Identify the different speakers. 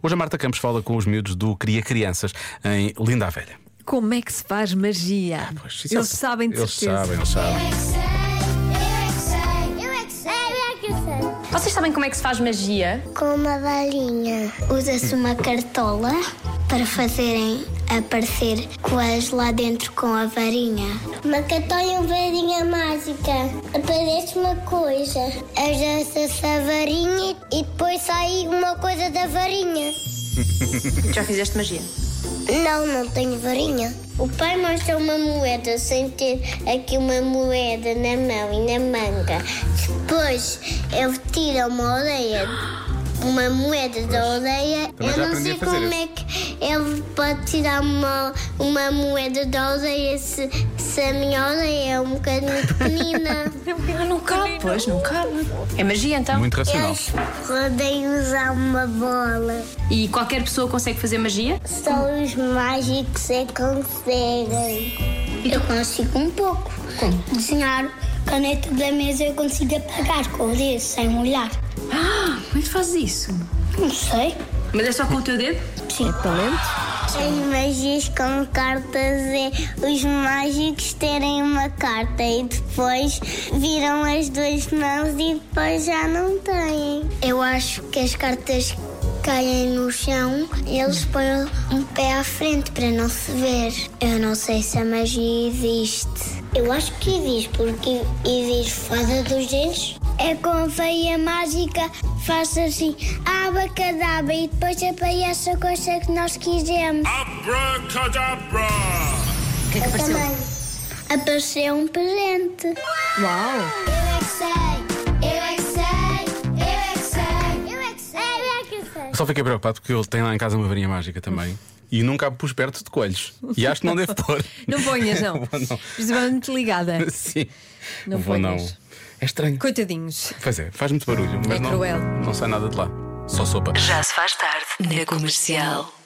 Speaker 1: Hoje a Marta Campos fala com os miúdos do Cria Crianças em Linda a Velha.
Speaker 2: Como é que se faz magia?
Speaker 1: Pois, isso
Speaker 2: eles
Speaker 1: é-
Speaker 2: sabem de
Speaker 1: Eles
Speaker 2: certeza.
Speaker 1: sabem, eles sabem.
Speaker 3: Vocês sabem como é que se faz magia?
Speaker 4: Com uma varinha usa-se uma cartola para fazerem aparecer coelhos lá dentro com a varinha. Uma cartola e uma varinha mágica. Aparece uma coisa. Ajusta-se a varinha e depois sai uma coisa da varinha.
Speaker 3: Já fizeste magia?
Speaker 4: Não, não tenho varinha. O pai mostra uma moeda sem ter aqui uma moeda na mão e na manga. Depois ele tira uma oleia, uma moeda da oleia.
Speaker 1: Também
Speaker 4: eu
Speaker 1: já
Speaker 4: não
Speaker 1: aprendi
Speaker 4: sei
Speaker 1: a fazer
Speaker 4: como
Speaker 1: isso.
Speaker 4: é que ele pode tirar uma, uma moeda da oleia se, se a minha oleia é um bocadinho pequenina.
Speaker 3: não cabe. Pois, não cabe. É magia então.
Speaker 1: Muito racional.
Speaker 4: Eles podem usar uma bola.
Speaker 3: E qualquer pessoa consegue fazer magia?
Speaker 4: Só os mágicos é que conseguem. Eu consigo um pouco. Como? Desenhar caneta da mesa eu consigo apagar com o dedo, sem olhar.
Speaker 3: Ah, como é que fazes isso?
Speaker 4: Não sei.
Speaker 3: Mas é só com o teu dedo?
Speaker 4: Sim. As magias com cartas é os mágicos terem uma carta e depois viram as duas mãos e depois já não têm. Eu acho que as cartas caem no chão e eles põem um pé à frente para não se ver. Eu não sei se a magia existe. Eu acho que existe, porque existe fada dos dentes. É com a veia mágica, faz assim, abacadabra e depois aparece a coisa que nós quisemos.
Speaker 5: Abracadabra!
Speaker 3: O que é que apareceu?
Speaker 4: Apareceu um presente.
Speaker 2: Uau!
Speaker 4: Eu é que sei, eu é que sei, eu é que sei, eu é que sei, eu é que sei.
Speaker 1: Só fiquei preocupado porque eu tenho lá em casa uma varinha mágica também. E nunca a pus perto de coelhos. E acho que não devo pôr.
Speaker 2: Não ponhas, não.
Speaker 1: Não vou, não.
Speaker 2: Precisava muito ligada.
Speaker 1: Sim.
Speaker 2: Não
Speaker 1: vou, não.
Speaker 2: ponhas.
Speaker 1: É estranho.
Speaker 2: Coitadinhos.
Speaker 1: Pois é, faz muito barulho. Mas não,
Speaker 2: cruel.
Speaker 1: Não sai nada de lá. Só sopa.
Speaker 6: Já se faz tarde na comercial.